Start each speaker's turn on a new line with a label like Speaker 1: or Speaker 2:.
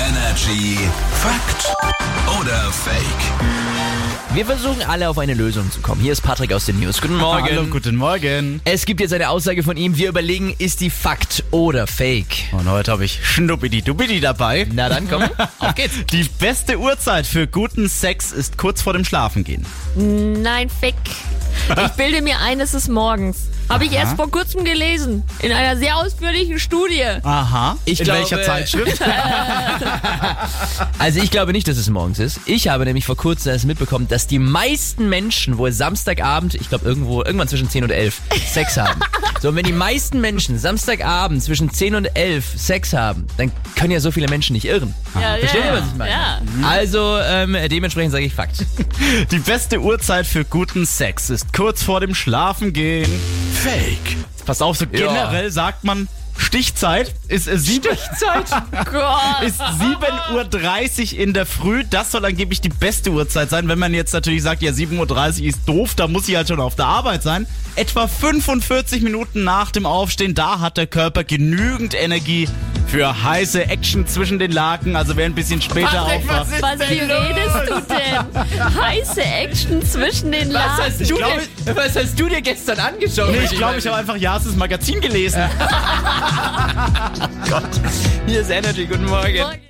Speaker 1: Energy Fakt oder Fake?
Speaker 2: Wir versuchen alle auf eine Lösung zu kommen. Hier ist Patrick aus den News. Guten Morgen.
Speaker 3: Hallo, guten Morgen.
Speaker 2: Es gibt jetzt eine Aussage von ihm. Wir überlegen, ist die Fakt oder Fake?
Speaker 3: Und heute habe ich Schnuppidi Dubidi dabei.
Speaker 2: Na dann, komm, auf geht's.
Speaker 3: Die beste Uhrzeit für guten Sex ist kurz vor dem Schlafengehen.
Speaker 4: Nein, Fick. Ich bilde mir ein, es ist morgens. Habe ich erst vor kurzem gelesen. In einer sehr ausführlichen Studie.
Speaker 3: Aha.
Speaker 2: Ich
Speaker 3: In
Speaker 2: glaube-
Speaker 3: welcher Zeitschrift?
Speaker 2: Also ich glaube nicht, dass es morgens ist. Ich habe nämlich vor kurzem erst mitbekommen, dass die meisten Menschen wohl Samstagabend, ich glaube irgendwo, irgendwann zwischen 10 und 11, Sex haben. So, und wenn die meisten Menschen Samstagabend zwischen 10 und 11 Sex haben, dann können ja so viele Menschen nicht irren.
Speaker 4: Ja,
Speaker 2: Versteht
Speaker 4: ja,
Speaker 2: ihr, was ich meine?
Speaker 4: Ja.
Speaker 2: Also, ähm, dementsprechend sage ich Fakt.
Speaker 3: Die beste Uhrzeit für guten Sex ist kurz vor dem Schlafengehen.
Speaker 1: Fake.
Speaker 3: Pass auf, so generell sagt man, Stichzeit ist äh, sieben-
Speaker 4: Gott.
Speaker 3: ist 7.30 Uhr in der Früh. Das soll angeblich die beste Uhrzeit sein. Wenn man jetzt natürlich sagt, ja, 7.30 Uhr ist doof, da muss ich halt schon auf der Arbeit sein. Etwa 45 Minuten nach dem Aufstehen, da hat der Körper genügend Energie für heiße Action zwischen den Laken. Also wer ein bisschen später
Speaker 4: Patrick,
Speaker 3: aufwacht.
Speaker 4: Was, wie redest du denn? Heiße Action zwischen den Lagen.
Speaker 2: du,
Speaker 3: glaub,
Speaker 2: denn, was hast du dir gestern angeschaut?
Speaker 3: Nee, ich glaube, ich habe einfach Jases Magazin gelesen.
Speaker 2: Hier ist Energy, guten Morgen.